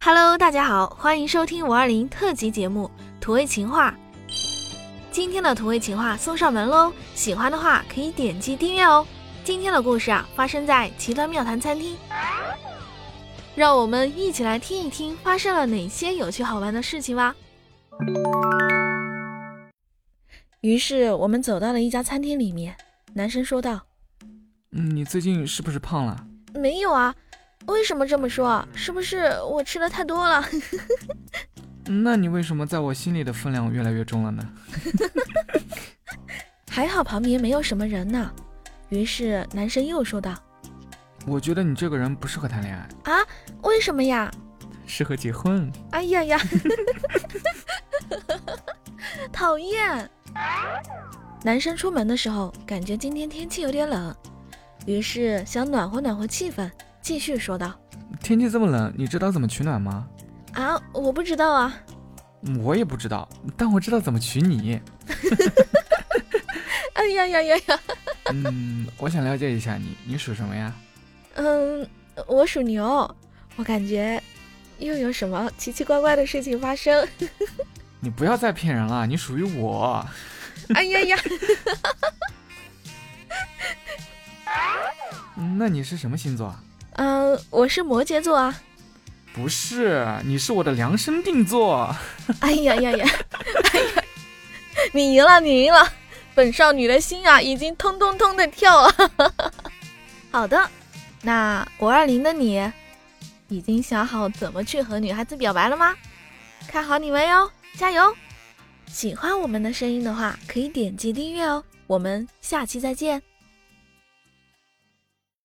Hello，大家好，欢迎收听五二零特辑节目《土味情话》。今天的土味情话送上门喽，喜欢的话可以点击订阅哦。今天的故事啊，发生在奇端妙谈餐厅，让我们一起来听一听发生了哪些有趣好玩的事情吧。于是我们走到了一家餐厅里面，男生说道嗯你最近是不是胖了？：“没有啊，为什么这么说？啊是不是我吃的太多了？”嗯那你为什么在我心里的分量越来越重了呢？还好旁边没有什么人呢。于是男生又说道我觉得你这个人不适合谈恋爱，：“为什么呀？适合结婚。哎呀 呀，讨厌！”男生出门的时候，感觉今天天气有点冷，于是想暖和暖和气氛，继续说道天气这么冷，你知道怎么取暖吗？：“啊，我不知道啊，我也不知道，但我知道怎么娶你。哎呀呀呀呀，嗯，我想了解一下你，你属什么呀？嗯，我属牛，我感觉又有什么奇奇怪怪的事情发生。你不要再骗人了，你属于我。哎呀呀，嗯那你是什么星 座？啊嗯，我是摩羯座啊。”不是，你是我的量身定做。 哎呀呀呀！哎呀，你赢了，你赢了！本少女的心啊，已经通通通的跳了。 好的，那五二零的你，已经想好怎么去和女孩子表白了吗？看好你们哟，加油！喜欢我们的声音的话，可以点击订阅哦。我们下期再见。